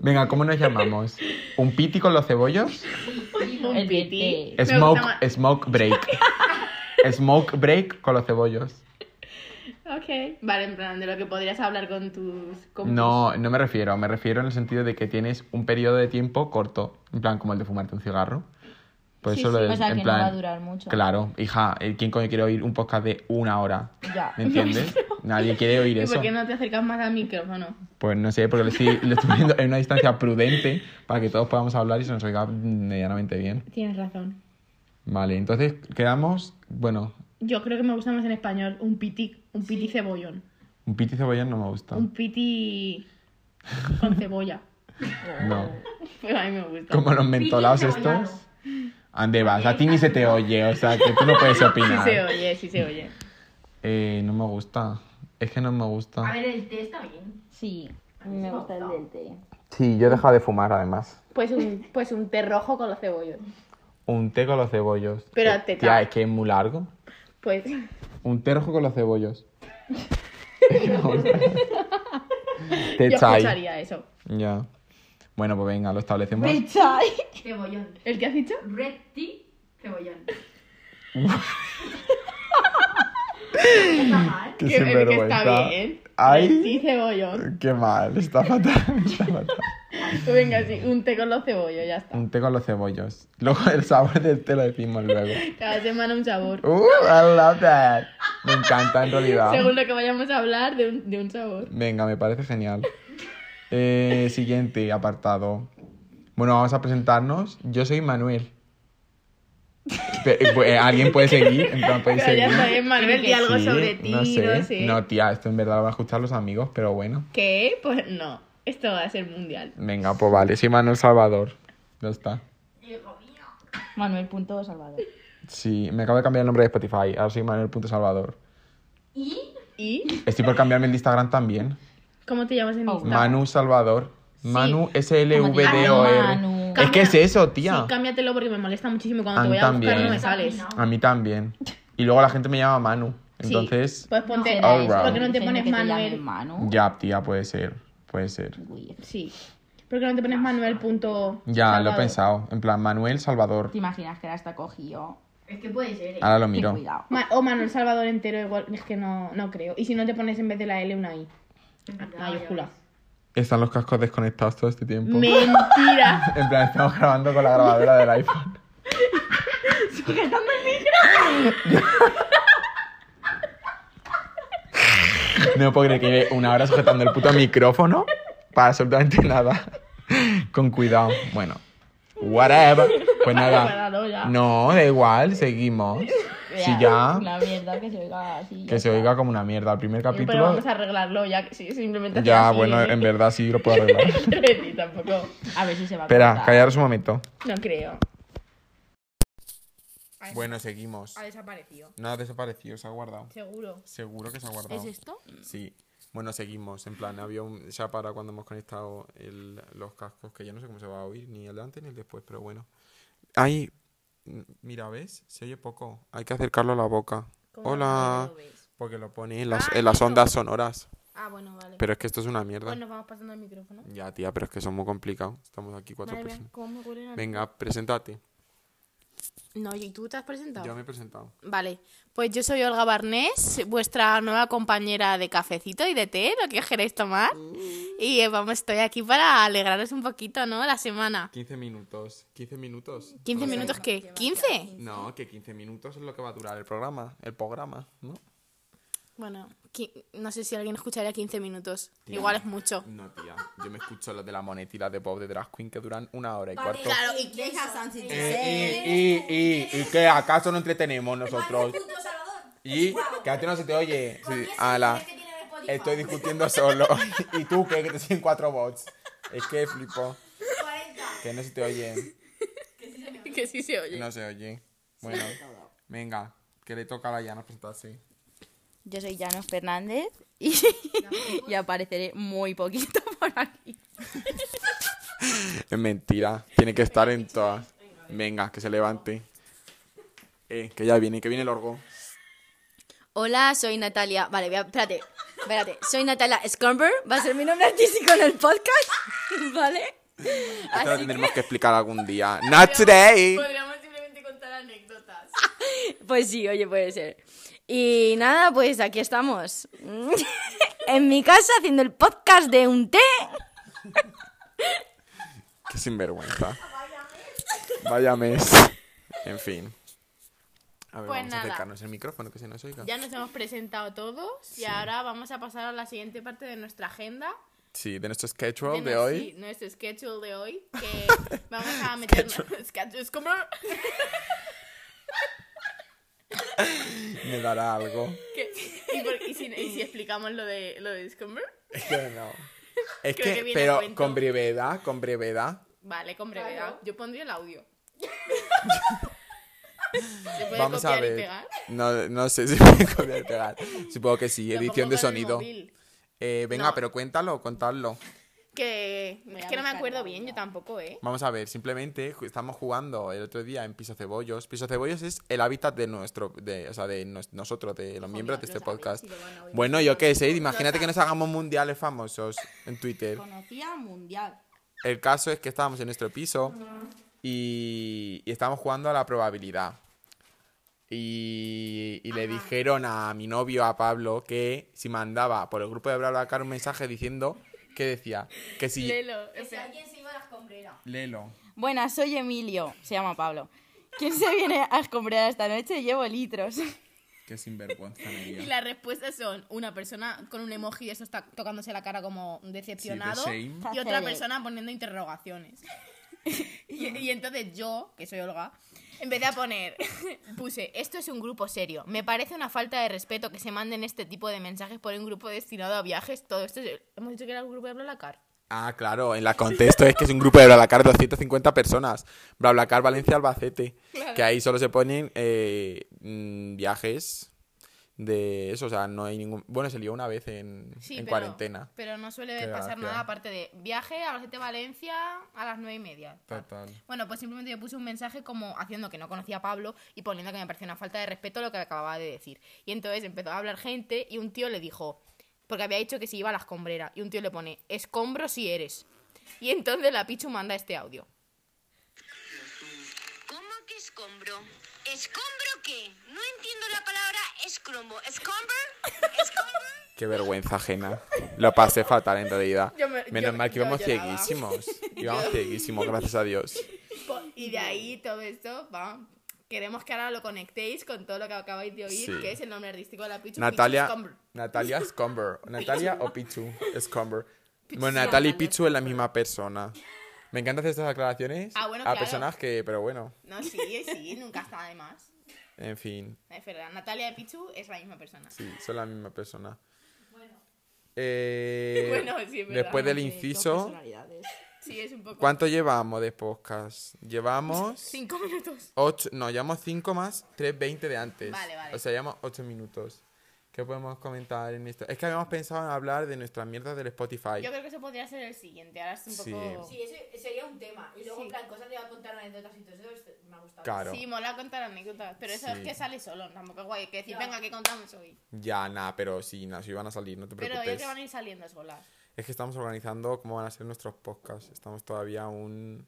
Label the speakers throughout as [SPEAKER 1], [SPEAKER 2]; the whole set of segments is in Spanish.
[SPEAKER 1] Venga, ¿cómo nos llamamos? ¿Un piti con los cebollos?
[SPEAKER 2] El piti.
[SPEAKER 3] eh, Me
[SPEAKER 1] Smoke,
[SPEAKER 3] gusta
[SPEAKER 1] smoke break. Smoke break con los cebollos.
[SPEAKER 3] Ok. Vale, en plan, de lo que podrías hablar con tus compis.
[SPEAKER 1] No, no me refiero. Me refiero en el sentido de que tienes un periodo de tiempo corto. En plan, como el de fumarte un cigarro. Por
[SPEAKER 3] Sí,
[SPEAKER 1] eso lo
[SPEAKER 3] sí.
[SPEAKER 1] de-
[SPEAKER 2] O sea,
[SPEAKER 1] en
[SPEAKER 2] que no
[SPEAKER 1] plan,
[SPEAKER 2] va a durar mucho.
[SPEAKER 1] Claro, hija, eh, ¿quién coño quiere oír un podcast de una hora?
[SPEAKER 2] Ya.
[SPEAKER 1] ¿Me entiendes? Nadie quiere oír
[SPEAKER 3] ¿Y
[SPEAKER 1] eso.
[SPEAKER 3] por qué no te acercas más al micrófono?
[SPEAKER 1] Pues no sé, porque lo estoy, lo estoy poniendo en una distancia prudente para que todos podamos hablar y se nos oiga medianamente bien.
[SPEAKER 3] Tienes razón.
[SPEAKER 1] Vale, entonces quedamos, bueno,
[SPEAKER 3] Yo creo que me gusta más en español un piti, un piti cebollón.
[SPEAKER 1] un piti cebollón no me gusta.
[SPEAKER 3] Un piti con cebolla.
[SPEAKER 1] No.
[SPEAKER 2] Eh,
[SPEAKER 3] Pues a mí me gusta.
[SPEAKER 1] Como los mentolados
[SPEAKER 4] Piti cebollado.
[SPEAKER 1] estos. Ande vas, a ti ni se te oye, o sea, que tú no puedes
[SPEAKER 3] Sí
[SPEAKER 1] opinar.
[SPEAKER 3] se oye, sí se oye.
[SPEAKER 1] Eh, no me gusta. Es que no me
[SPEAKER 4] A
[SPEAKER 1] gusta.
[SPEAKER 4] ver, el té está bien.
[SPEAKER 2] Sí, me gusta el del té.
[SPEAKER 1] Sí, yo he dejado de fumar además.
[SPEAKER 3] Pues un, pues un té rojo con los cebollos.
[SPEAKER 1] Un té con los cebollos.
[SPEAKER 3] Pero
[SPEAKER 1] Eh,
[SPEAKER 3] te
[SPEAKER 1] Tía,
[SPEAKER 3] ca-
[SPEAKER 1] es que es muy largo.
[SPEAKER 3] Pues
[SPEAKER 1] Un terjo con los cebollos.
[SPEAKER 3] yo
[SPEAKER 1] Te chai.
[SPEAKER 3] escucharía eso.
[SPEAKER 1] Ya. Bueno, pues venga, lo establecemos.
[SPEAKER 2] Me chai.
[SPEAKER 4] Cebollón.
[SPEAKER 3] ¿El que has dicho?
[SPEAKER 4] Red tea, cebollón. Está mal.
[SPEAKER 1] Qué
[SPEAKER 3] Que- el que está
[SPEAKER 1] sinvergüenza.
[SPEAKER 3] bien. El
[SPEAKER 1] Ay,
[SPEAKER 3] Sí, cebollón. Pues
[SPEAKER 1] qué mal. Está fatal, está fatal.
[SPEAKER 3] Venga, sí, un té con los cebollos, ya está.
[SPEAKER 1] Un té con los cebollos. Luego el sabor del té lo decimos luego.
[SPEAKER 3] Cada semana un sabor.
[SPEAKER 1] Uh, I love that. Me encanta en realidad.
[SPEAKER 3] Según lo que vayamos a hablar de un, de un sabor.
[SPEAKER 1] Venga, me parece genial. Eh, siguiente apartado. Bueno, vamos a presentarnos. Yo soy Manuel. Pe- eh, pues, eh, ¿Alguien puede seguir? En plan, puede
[SPEAKER 3] Pero ya está
[SPEAKER 1] seguir.
[SPEAKER 3] bien, Manuel, di algo
[SPEAKER 1] Sí,
[SPEAKER 3] sobre ti,
[SPEAKER 1] no sé.
[SPEAKER 3] no
[SPEAKER 1] No, tía, esto en verdad lo van a escuchar los amigos, pero bueno.
[SPEAKER 3] ¿Qué? Pues no. Esto va a ser mundial.
[SPEAKER 1] Venga, pues vale. Soy Manuel Salvador. Ya está.
[SPEAKER 4] Hijo mío.
[SPEAKER 2] Manuel punto Salvador.
[SPEAKER 1] Sí, me acabo de cambiar el nombre de Spotify. Ahora soy Manuel.salvador.
[SPEAKER 4] Y
[SPEAKER 3] ¿Y?
[SPEAKER 1] Estoy por cambiarme el de Instagram también.
[SPEAKER 3] ¿Cómo te llamas en
[SPEAKER 2] Oh.
[SPEAKER 3] Instagram?
[SPEAKER 1] Manu Salvador. Manu
[SPEAKER 2] Ah, no,
[SPEAKER 1] S-L-V-D-O-R.
[SPEAKER 2] Manu.
[SPEAKER 1] Es que es eso, tía.
[SPEAKER 3] Sí, cámbiatelo porque me molesta muchísimo. Cuando
[SPEAKER 1] A
[SPEAKER 3] te
[SPEAKER 1] mí
[SPEAKER 3] voy a buscar
[SPEAKER 1] también.
[SPEAKER 3] no me sales.
[SPEAKER 4] No.
[SPEAKER 1] A mí también. Y luego la gente me llama Manu.
[SPEAKER 3] Sí,
[SPEAKER 1] Entonces,
[SPEAKER 3] pues ponte.
[SPEAKER 1] All right.
[SPEAKER 3] ¿Por qué no te pones Manuel?
[SPEAKER 2] Manu?
[SPEAKER 1] ya, tía, puede ser. Puede ser.
[SPEAKER 2] Uy,
[SPEAKER 3] Sí. ¿Por qué no te pones Manuel punto
[SPEAKER 1] Ya, lo he
[SPEAKER 3] Salvador?
[SPEAKER 1] pensado. En plan, Manuel Salvador.
[SPEAKER 2] ¿Te imaginas que ahora está cogido?
[SPEAKER 4] es que puede ser, ¿eh?
[SPEAKER 1] Ahora lo
[SPEAKER 2] Ten
[SPEAKER 1] miro.
[SPEAKER 2] cuidado.
[SPEAKER 3] Ma- o Manuel Salvador entero, igual. Es que no, no creo. Y si no te pones en vez de la L una I.
[SPEAKER 4] Es verdad,
[SPEAKER 3] Mayúscula.
[SPEAKER 1] Están los cascos desconectados todo este tiempo.
[SPEAKER 3] Mentira.
[SPEAKER 1] En plan, estamos grabando con la grabadora del iPhone. No puedo creer que lleve una hora sujetando el puto micrófono para absolutamente nada. Con cuidado. Bueno. Whatever. Pues nada.
[SPEAKER 3] Parado ya.
[SPEAKER 1] No, da igual, seguimos. Si ya,
[SPEAKER 2] La mierda que se oiga así. ya
[SPEAKER 1] que se
[SPEAKER 2] está.
[SPEAKER 1] oiga como una mierda. El primer
[SPEAKER 3] Pero
[SPEAKER 1] capítulo.
[SPEAKER 3] vamos a arreglarlo ya. que sí, simplemente hacer
[SPEAKER 1] Ya,
[SPEAKER 3] así,
[SPEAKER 1] bueno,
[SPEAKER 3] ¿eh?
[SPEAKER 1] en verdad sí lo puedo arreglar.
[SPEAKER 3] Sí, tampoco.
[SPEAKER 2] A ver si se va a
[SPEAKER 1] Espera,
[SPEAKER 2] cortar.
[SPEAKER 1] callaros un momento.
[SPEAKER 3] No creo.
[SPEAKER 1] Bueno, seguimos.
[SPEAKER 3] Ha desaparecido.
[SPEAKER 1] No ha desaparecido, se ha guardado.
[SPEAKER 3] Seguro.
[SPEAKER 1] Seguro que se ha guardado.
[SPEAKER 2] ¿Es esto?
[SPEAKER 1] Sí. Bueno, seguimos. En plan, había un. Ya para cuando hemos conectado el- los cascos, que ya no sé cómo se va a oír, ni el de antes ni el después, pero bueno. Ahí. m- Mira, ¿ves? Se oye poco. Hay que acercarlo a la boca. Hola. Porque lo pone en las,
[SPEAKER 3] Ah,
[SPEAKER 1] en las
[SPEAKER 3] eso.
[SPEAKER 1] ondas sonoras.
[SPEAKER 3] Ah, bueno, vale.
[SPEAKER 1] Pero es que esto es una mierda.
[SPEAKER 3] Pues nos vamos pasando el micrófono.
[SPEAKER 1] Ya, tía, pero es que son muy complicados. Estamos aquí cuatro
[SPEAKER 3] Madre mía,
[SPEAKER 1] personas.
[SPEAKER 3] cómo me huelen a-
[SPEAKER 1] Venga, preséntate.
[SPEAKER 3] No, ¿y tú te has presentado?
[SPEAKER 1] Yo me he presentado.
[SPEAKER 3] Vale, pues yo soy Olga Barnés, vuestra nueva compañera de cafecito y de té, lo que os queréis tomar. Y eh, vamos, estoy aquí para alegraros un poquito, ¿no? La semana.
[SPEAKER 1] 15 minutos. 15 minutos.
[SPEAKER 3] ¿15
[SPEAKER 1] No sé.
[SPEAKER 3] minutos qué? ¿15?
[SPEAKER 1] No, que 15 minutos es lo que va a durar el programa. El programa, ¿no?
[SPEAKER 3] Bueno, qui- no sé si alguien escucharía 15 minutos. Igual es mucho.
[SPEAKER 1] No, tía. Yo me escucho las de la moneta y las de Bob de Drag Queen que duran una hora y cuarto.
[SPEAKER 5] Claro, y que Hassan si te
[SPEAKER 1] Eh, y, y, y, y, que acaso no entretenemos nosotros.
[SPEAKER 5] Punto Salvador.
[SPEAKER 1] Y que a ti no se te oye.
[SPEAKER 5] ¿Por
[SPEAKER 1] Sí,
[SPEAKER 5] qué se
[SPEAKER 1] ala.
[SPEAKER 5] cree que tiene Spotify?
[SPEAKER 1] Estoy discutiendo solo. y tú, ¿qué? Que te siguen cuatro bots. Es que flipo.
[SPEAKER 5] 40.
[SPEAKER 1] Que no se te oye.
[SPEAKER 3] Que sí se oye.
[SPEAKER 1] No se oye. Bueno, venga. Que le toca a la Yana presentarse.
[SPEAKER 2] Yo soy Llanos Fernández y, y apareceré muy poquito por aquí.
[SPEAKER 1] Es mentira. Tiene que estar en todas. Venga, que se levante. Eh, que ya viene, que viene el orgo.
[SPEAKER 5] Hola, soy Natalia. Vale, voy a- espérate.
[SPEAKER 6] Espérate, soy Natalia Scumber, va a ser mi nombre artístico en el podcast, ¿vale?
[SPEAKER 1] Esto lo tendremos que explicar algún día. Not today.
[SPEAKER 3] Podríamos simplemente contar anécdotas.
[SPEAKER 6] Pues sí, oye, puede ser. Y nada, pues aquí estamos. en mi casa haciendo el podcast de un té.
[SPEAKER 1] Qué sinvergüenza. Vaya mes. En fin. A ver,
[SPEAKER 3] Pues
[SPEAKER 1] vamos
[SPEAKER 3] nada.
[SPEAKER 1] a acercarnos el micrófono que se nos oiga.
[SPEAKER 3] Ya nos hemos presentado todos y ahora vamos a pasar a la siguiente parte de nuestra agenda.
[SPEAKER 1] Sí, de nuestro schedule de
[SPEAKER 3] nues-
[SPEAKER 1] hoy.
[SPEAKER 3] sí, nuestro schedule de hoy. Que vamos a meter. Schedule, es como-
[SPEAKER 1] Me dará algo.
[SPEAKER 3] que- y, por- y si, y si explicamos lo de, lo de Discover.
[SPEAKER 1] Es que no. Es
[SPEAKER 3] Creo
[SPEAKER 1] que,
[SPEAKER 3] que viene a
[SPEAKER 1] pero
[SPEAKER 3] cuento.
[SPEAKER 1] con brevedad, con brevedad.
[SPEAKER 3] Vale, con brevedad. Yo pondría el audio. ¿Se puede
[SPEAKER 1] Vamos a
[SPEAKER 3] copiar y
[SPEAKER 1] ver.
[SPEAKER 3] pegar?
[SPEAKER 1] No, no sé si voy a copiar y pegar. Supongo que sí.
[SPEAKER 3] Lo
[SPEAKER 1] Edición
[SPEAKER 3] pongo
[SPEAKER 1] de
[SPEAKER 3] con el
[SPEAKER 1] sonido.
[SPEAKER 3] móvil.
[SPEAKER 1] Eh, venga,
[SPEAKER 3] No.
[SPEAKER 1] pero cuéntalo, contadlo.
[SPEAKER 3] Que es que no me acuerdo bien, yo tampoco, ¿eh?
[SPEAKER 1] Vamos a ver, simplemente ju- estamos jugando el otro día en Piso Cebollos. Piso Cebollos es el hábitat de nuestro, de, o sea, de nos- nosotros, de los miembros de este podcast. bueno, yo qué sé, imagínate que nos hagamos mundiales famosos en Twitter.
[SPEAKER 2] Conocía mundial.
[SPEAKER 1] El caso es que estábamos en nuestro piso y, y estábamos jugando a la probabilidad. Y, y le dijeron a mi novio, a Pablo, que si mandaba por el grupo de BlaBlaCar un mensaje diciendo que decía que si...
[SPEAKER 3] Lelo, o sea,
[SPEAKER 5] alguien se iba a la escombrera.
[SPEAKER 1] Lelo.
[SPEAKER 2] Buenas, soy Emilio. Se llama Pablo. ¿Quién se viene a escombrar esta noche? Llevo litros.
[SPEAKER 1] Qué sinvergüenza,
[SPEAKER 3] Y las respuestas son una persona con un emoji, eso está tocándose la cara como decepcionado,
[SPEAKER 1] Sí, de
[SPEAKER 2] shame.
[SPEAKER 3] y otra
[SPEAKER 2] Hacer el-
[SPEAKER 3] persona poniendo interrogaciones. y, y entonces yo, que soy Olga, empecé a poner, puse, esto es un grupo serio, me parece una falta de respeto que se manden este tipo de mensajes por un grupo destinado a viajes, todo esto, es- hemos dicho que era el grupo de Blablacar.
[SPEAKER 1] Ah, claro, en la contexto es que es un grupo de BlaBlaCar 250 personas. BlaBlaCar Valencia Albacete. Que ahí solo se ponen eh, mm, viajes de eso, o sea, no hay ningún... Bueno, se lió una vez en, en cuarentena.
[SPEAKER 3] Pero no suele
[SPEAKER 1] Qué
[SPEAKER 3] pasar
[SPEAKER 1] gracia.
[SPEAKER 3] nada aparte de viaje a las 7 de Valencia a las 9 y media.
[SPEAKER 1] Total.
[SPEAKER 3] Bueno, pues simplemente yo puse un mensaje como haciendo que no conocía a Pablo y poniendo que me parecía una falta de respeto lo que acababa de decir. Y entonces empezó a hablar gente y un tío le dijo, porque había dicho que se iba a la escombrera, y un tío le pone, escombro si eres. Y entonces la Pichu manda este audio.
[SPEAKER 7] ¿Cómo que escombro? ¿Escombro qué? No entiendo la palabra escromo. ¿Escombro? ¿Escombro?
[SPEAKER 1] Qué vergüenza ajena. Lo pasé fatal en realidad.
[SPEAKER 3] Yo me-
[SPEAKER 1] Menos
[SPEAKER 3] yo-
[SPEAKER 1] mal que
[SPEAKER 3] yo
[SPEAKER 1] íbamos
[SPEAKER 3] lloraba.
[SPEAKER 1] cieguísimos. Íbamos cieguísimos, gracias a Dios.
[SPEAKER 3] Po- Y de ahí todo esto va. Queremos que ahora lo conectéis con todo lo que acabáis de oír,
[SPEAKER 1] Sí.
[SPEAKER 3] que es el nombre artístico de la Pichu. Pichu
[SPEAKER 1] Natalia,
[SPEAKER 3] Escombro.
[SPEAKER 1] Natalia Scumber. Natalia o Pichu Scumber. Bueno, Natalia y Pichu es la misma persona. Me encanta hacer estas aclaraciones
[SPEAKER 3] Ah, bueno,
[SPEAKER 1] a
[SPEAKER 3] claro.
[SPEAKER 1] personas que, pero bueno,
[SPEAKER 3] No, sí, sí, nunca está de más.
[SPEAKER 1] en fin,
[SPEAKER 3] Es verdad, Natalia de Pichu es la misma persona.
[SPEAKER 1] sí, son la misma persona. Eh,
[SPEAKER 3] Bueno, sí, es verdad,
[SPEAKER 1] después del
[SPEAKER 3] no sé,
[SPEAKER 1] inciso,
[SPEAKER 3] Sí, es un poco...
[SPEAKER 1] ¿cuánto llevamos de podcast? Llevamos
[SPEAKER 3] Cinco minutos.
[SPEAKER 1] ocho, no, llevamos 5 más 3.20 de antes.
[SPEAKER 3] Vale, vale.
[SPEAKER 1] O sea, llevamos 8 minutos. ¿Qué podemos comentar en esto? Es que habíamos pensado en hablar de nuestras mierdas del Spotify.
[SPEAKER 3] Yo creo que eso podría ser el siguiente. Ahora es un
[SPEAKER 1] Sí.
[SPEAKER 3] poco.
[SPEAKER 5] Sí, ese sería un tema. Y luego,
[SPEAKER 3] Sí.
[SPEAKER 5] en plan, cosas de a contar anécdotas y todo eso. esto Me ha gustado.
[SPEAKER 1] Claro.
[SPEAKER 3] Sí, mola contar anécdotas. Pero eso
[SPEAKER 1] Sí.
[SPEAKER 3] es que sale solo. Tampoco es guay que decir, venga, que contamos hoy.
[SPEAKER 1] Ya, nada, pero sí, nada, sí van a salir, no te
[SPEAKER 3] Pero yo
[SPEAKER 1] preocupes.
[SPEAKER 3] creo que van a ir saliendo solas.
[SPEAKER 1] Es que estamos organizando cómo van a ser nuestros podcasts. Estamos todavía aún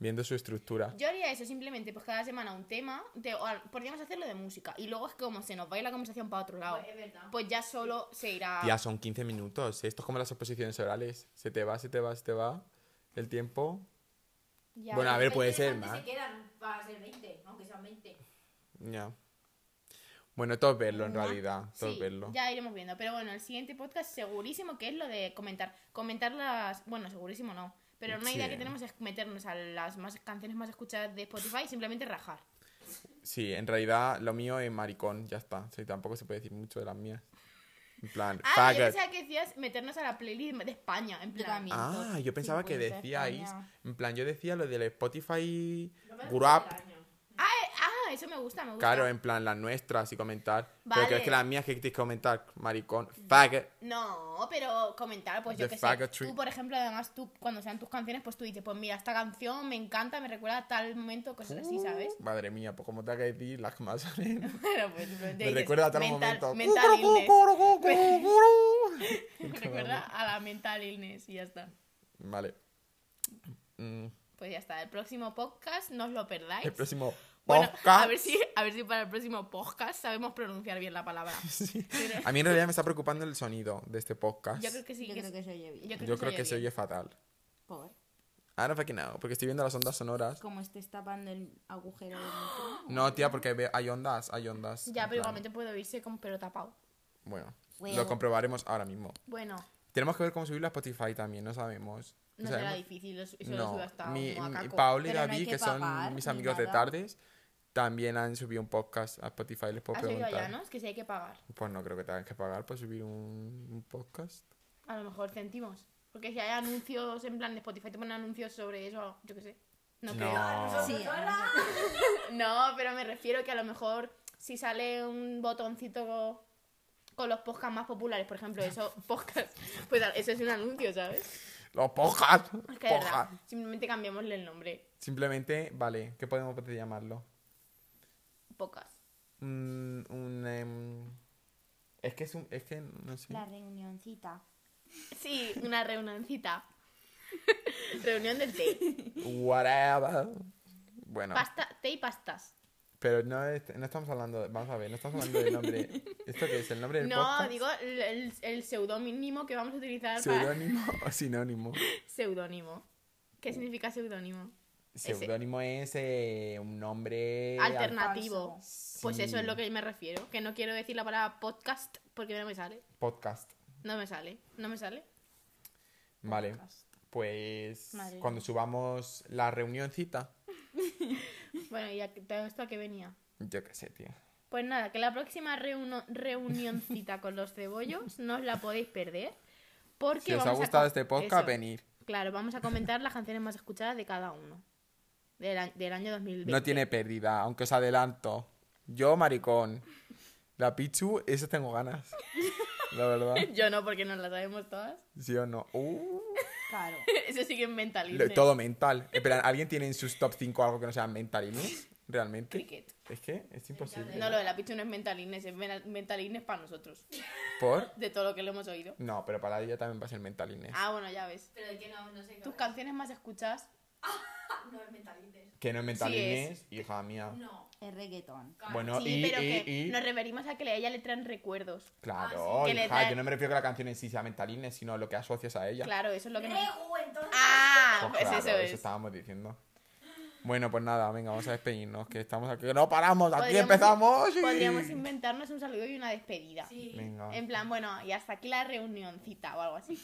[SPEAKER 1] viendo su estructura.
[SPEAKER 3] Yo haría eso simplemente, pues cada semana un tema. de- o al- podríamos hacerlo de música. Y luego es que como se nos va a ir la conversación para otro lado.
[SPEAKER 5] Es verdad.
[SPEAKER 3] Pues ya solo se irá.
[SPEAKER 1] Ya son 15 minutos. Esto es como las exposiciones orales. Se te va, se te va, se te va el tiempo.
[SPEAKER 3] Ya.
[SPEAKER 1] bueno, a ver, puede
[SPEAKER 5] Qué
[SPEAKER 1] ser
[SPEAKER 5] interesante
[SPEAKER 1] más.
[SPEAKER 5] se quedan para ser 20, aunque sean 20.
[SPEAKER 1] Ya. Bueno, todos verlo en realidad. Todos
[SPEAKER 3] Sí,
[SPEAKER 1] verlo.
[SPEAKER 3] ya iremos viendo. Pero bueno, el siguiente podcast segurísimo que es lo de comentar. Comentar las... Bueno, segurísimo no. Pero una idea
[SPEAKER 1] Sí.
[SPEAKER 3] que tenemos es meternos a las más canciones más escuchadas de Spotify y simplemente rajar.
[SPEAKER 1] Sí, en realidad lo mío es maricón, ya está. Sí, tampoco se puede decir mucho de las mías. En plan,
[SPEAKER 3] Ah, yo
[SPEAKER 1] faggot.
[SPEAKER 3] pensaba que decías meternos a la playlist de España, en plan.
[SPEAKER 1] Ah, yo pensaba que
[SPEAKER 2] Sinvergüenza
[SPEAKER 1] decíais.
[SPEAKER 2] España.
[SPEAKER 1] En plan, yo decía lo del Spotify
[SPEAKER 5] No me
[SPEAKER 1] Grab.
[SPEAKER 5] acuerdo del año.
[SPEAKER 3] Ah, eh, ah, eso me gusta, me gusta.
[SPEAKER 1] Claro, em- en plan las nuestras y comentar. Pero
[SPEAKER 3] Vale.
[SPEAKER 1] crees que las mías que tienes que comentar, maricón, faggot.
[SPEAKER 3] No, pero comentar, pues yo
[SPEAKER 1] The
[SPEAKER 3] que sé.
[SPEAKER 1] faggotry.
[SPEAKER 3] Tú, por ejemplo, además, tú, cuando sean tus canciones, pues tú dices, pues mira, esta canción me encanta, me recuerda a tal momento, cosas así, ¿sabes?
[SPEAKER 1] Madre mía, pues cómo te hagas decir las más.
[SPEAKER 3] Bueno, pues, pues,
[SPEAKER 1] Me
[SPEAKER 3] dices,
[SPEAKER 1] recuerda a tal
[SPEAKER 3] mental-
[SPEAKER 1] momento.
[SPEAKER 3] Mental illness. Me recuerda
[SPEAKER 1] Recuerda.
[SPEAKER 3] a la mental illness y ya está.
[SPEAKER 1] Vale. Mm,
[SPEAKER 3] Pues ya está, el próximo podcast no os lo perdáis.
[SPEAKER 1] el próximo
[SPEAKER 3] Bueno,
[SPEAKER 1] podcast.
[SPEAKER 3] a ver, si, a ver si para el próximo podcast sabemos pronunciar bien la palabra.
[SPEAKER 1] Sí. A mí en realidad me está preocupando el sonido de este podcast.
[SPEAKER 3] Yo creo que sí.
[SPEAKER 2] Yo creo que se oye bien.
[SPEAKER 3] yo creo
[SPEAKER 1] Yo creo que se
[SPEAKER 3] bien.
[SPEAKER 1] oye fatal.
[SPEAKER 2] Por.
[SPEAKER 1] Ahora para que no, porque estoy viendo las ondas sonoras.
[SPEAKER 2] Como estés tapando el agujero del micrófono.
[SPEAKER 1] No, tía, porque ve- hay ondas, hay ondas.
[SPEAKER 3] Ya,
[SPEAKER 1] en
[SPEAKER 3] pero
[SPEAKER 1] plan.
[SPEAKER 3] igualmente puedo irse con pero tapado.
[SPEAKER 1] Bueno,
[SPEAKER 2] Bueno.
[SPEAKER 1] lo comprobaremos ahora mismo.
[SPEAKER 3] Bueno,
[SPEAKER 1] Tenemos que ver cómo subirlo a Spotify también, no sabemos.
[SPEAKER 3] no
[SPEAKER 1] sabemos-
[SPEAKER 3] será difícil, eso lo
[SPEAKER 1] No,
[SPEAKER 3] subo hasta
[SPEAKER 1] mi,
[SPEAKER 3] un
[SPEAKER 1] mi-
[SPEAKER 3] macaco.
[SPEAKER 1] Paul y
[SPEAKER 2] Pero no hay
[SPEAKER 1] David,
[SPEAKER 2] que
[SPEAKER 1] que son
[SPEAKER 2] pagar
[SPEAKER 1] mis
[SPEAKER 2] ni
[SPEAKER 1] amigos de
[SPEAKER 2] nada.
[SPEAKER 1] tardes, también han subido un podcast a Spotify, les puedo
[SPEAKER 3] ¿Has oído
[SPEAKER 1] preguntar.
[SPEAKER 3] ya, no? Es que si hay que pagar.
[SPEAKER 1] Pues no creo que tengas que pagar por subir un, un podcast.
[SPEAKER 3] A lo mejor centimos. Porque si hay anuncios en plan de Spotify, te ponen anuncios sobre eso, yo qué sé. No, creo.
[SPEAKER 2] Sí,
[SPEAKER 3] No, pero me refiero que a lo mejor si sale un botoncito con los podcasts más populares, por ejemplo, eso, podcast, pues eso es un anuncio, ¿sabes?
[SPEAKER 1] Los podcasts.
[SPEAKER 3] Es que de verdad,
[SPEAKER 1] podcasts.
[SPEAKER 3] simplemente cambiémosle el nombre.
[SPEAKER 1] Simplemente, vale, ¿qué podemos llamarlo?
[SPEAKER 3] Podcast.
[SPEAKER 1] Un, un, em, es que es un, es que no sé.
[SPEAKER 2] La reunioncita.
[SPEAKER 3] Sí, una reunioncita. Reunión del té.
[SPEAKER 1] Whatever. Bueno,
[SPEAKER 3] Pasta, té y pastas.
[SPEAKER 1] pero no, es- no estamos hablando, de- vamos a ver, no estamos hablando del nombre. ¿Esto qué es? ¿El nombre del
[SPEAKER 3] No,
[SPEAKER 1] podcast?
[SPEAKER 3] digo el, el, el pseudónimo que vamos a utilizar para...
[SPEAKER 1] ¿Pseudónimo o sinónimo?
[SPEAKER 3] Pseudónimo. ¿Qué significa pseudónimo? Ese.
[SPEAKER 1] Seudónimo es eh, un nombre
[SPEAKER 3] Alternativo.
[SPEAKER 1] al- Sí.
[SPEAKER 3] Pues eso es lo que me refiero. Que no quiero decir la palabra podcast porque no me sale.
[SPEAKER 1] podcast.
[SPEAKER 3] No me sale. No me sale.
[SPEAKER 1] Vale. Pues
[SPEAKER 2] Madre
[SPEAKER 1] cuando subamos la reunioncita,
[SPEAKER 3] Bueno, ¿y a qué- todo esto a qué venía?
[SPEAKER 1] yo qué sé, tío.
[SPEAKER 3] Pues nada, que la próxima reuno- reunioncita con los cebollos no os la podéis perder. Porque
[SPEAKER 1] Si os ha
[SPEAKER 3] vamos a
[SPEAKER 1] gustado
[SPEAKER 3] co-
[SPEAKER 1] este podcast,
[SPEAKER 3] Eso.
[SPEAKER 1] venir.
[SPEAKER 3] Claro, vamos a comentar las canciones más escuchadas de cada uno. Del, a- del año 2020.
[SPEAKER 1] No tiene pérdida, aunque os adelanto. Yo, maricón. La Pichu, eso tengo ganas. La verdad.
[SPEAKER 3] Yo no, porque nos las sabemos todas.
[SPEAKER 1] ¿Sí o no? Uh,
[SPEAKER 2] Claro.
[SPEAKER 3] Eso sí que es mentalismo.
[SPEAKER 1] lo- todo mental. Espera, ¿alguien tiene en sus top 5 algo que no sea mental Inés? ¿Realmente?
[SPEAKER 3] Cricket.
[SPEAKER 1] Es que es imposible.
[SPEAKER 3] No, lo de la pichu no es mentalines, es mena- mentalines para nosotros.
[SPEAKER 1] ¿Por?
[SPEAKER 3] De todo lo que lo hemos oído.
[SPEAKER 1] No, pero para ella también va a ser mental Inés.
[SPEAKER 3] Ah, bueno, ya ves.
[SPEAKER 5] Pero de que no, no sé qué.
[SPEAKER 3] Tus canciones más escuchadas.
[SPEAKER 5] No es mentalites.
[SPEAKER 1] Que no es mental
[SPEAKER 3] Sí es.
[SPEAKER 1] Inés, hija mía.
[SPEAKER 5] No.
[SPEAKER 2] Es reggaetón.
[SPEAKER 1] Bueno,
[SPEAKER 3] sí,
[SPEAKER 1] y,
[SPEAKER 3] pero
[SPEAKER 1] y,
[SPEAKER 3] que
[SPEAKER 1] y-
[SPEAKER 3] nos referimos a que a ella le traen recuerdos.
[SPEAKER 1] Claro,
[SPEAKER 3] Ah, que le
[SPEAKER 1] hija,
[SPEAKER 3] trae-
[SPEAKER 1] yo no me refiero a que la canción en sí sea mental Inés, sino a lo que asocias a ella.
[SPEAKER 3] Claro, eso es lo que nos...
[SPEAKER 5] Ego, entonces.
[SPEAKER 3] Ah,
[SPEAKER 1] Pues
[SPEAKER 3] pues
[SPEAKER 1] claro,
[SPEAKER 3] eso es.
[SPEAKER 1] estábamos diciendo. Bueno, pues nada, venga, vamos a despedirnos, que estamos aquí, que no paramos, aquí
[SPEAKER 3] Podríamos-
[SPEAKER 1] empezamos. y-
[SPEAKER 3] Podríamos inventarnos un saludo y una despedida.
[SPEAKER 1] Venga,
[SPEAKER 3] En plan, bueno, y hasta aquí la reunioncita o algo así.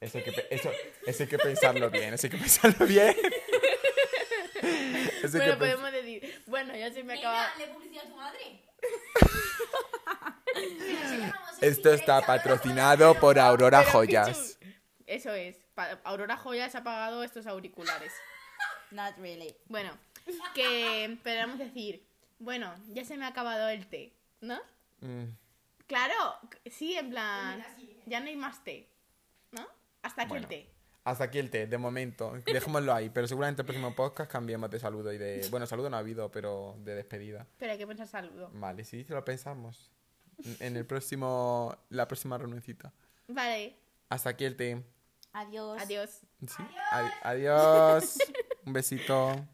[SPEAKER 1] eso hay, que, pe- eso, eso hay que pensarlo bien, eso hay que pensarlo bien. Eso hay
[SPEAKER 3] bueno,
[SPEAKER 1] que pens-
[SPEAKER 3] podemos decir, bueno, ya se me acaba.
[SPEAKER 5] Venga, le publicidad a tu madre.
[SPEAKER 1] Esto está patrocinado por Aurora
[SPEAKER 3] Pero,
[SPEAKER 1] Joyas.
[SPEAKER 3] Pichu, Eso es. pa- Aurora Joyas ha pagado estos auriculares.
[SPEAKER 2] Not really.
[SPEAKER 3] Bueno, que podríamos decir, bueno, ya se me ha acabado el té, ¿no?
[SPEAKER 1] Mm,
[SPEAKER 3] Claro, sí, en plan, ya no hay más té, ¿no? Hasta aquí
[SPEAKER 1] Bueno.
[SPEAKER 3] el té.
[SPEAKER 1] Hasta aquí el té, de momento. Dejémoslo ahí, pero seguramente el próximo podcast cambiemos de saludo y de... Bueno, saludo no ha habido, pero de despedida.
[SPEAKER 3] Pero hay que pensar saludo.
[SPEAKER 1] Vale, sí, lo pensamos. En el próximo, la próxima reunioncita.
[SPEAKER 3] Vale,
[SPEAKER 1] Hasta aquí el té.
[SPEAKER 2] Adiós.
[SPEAKER 3] adiós.
[SPEAKER 1] ¿sí? Adi- Adiós. Un besito.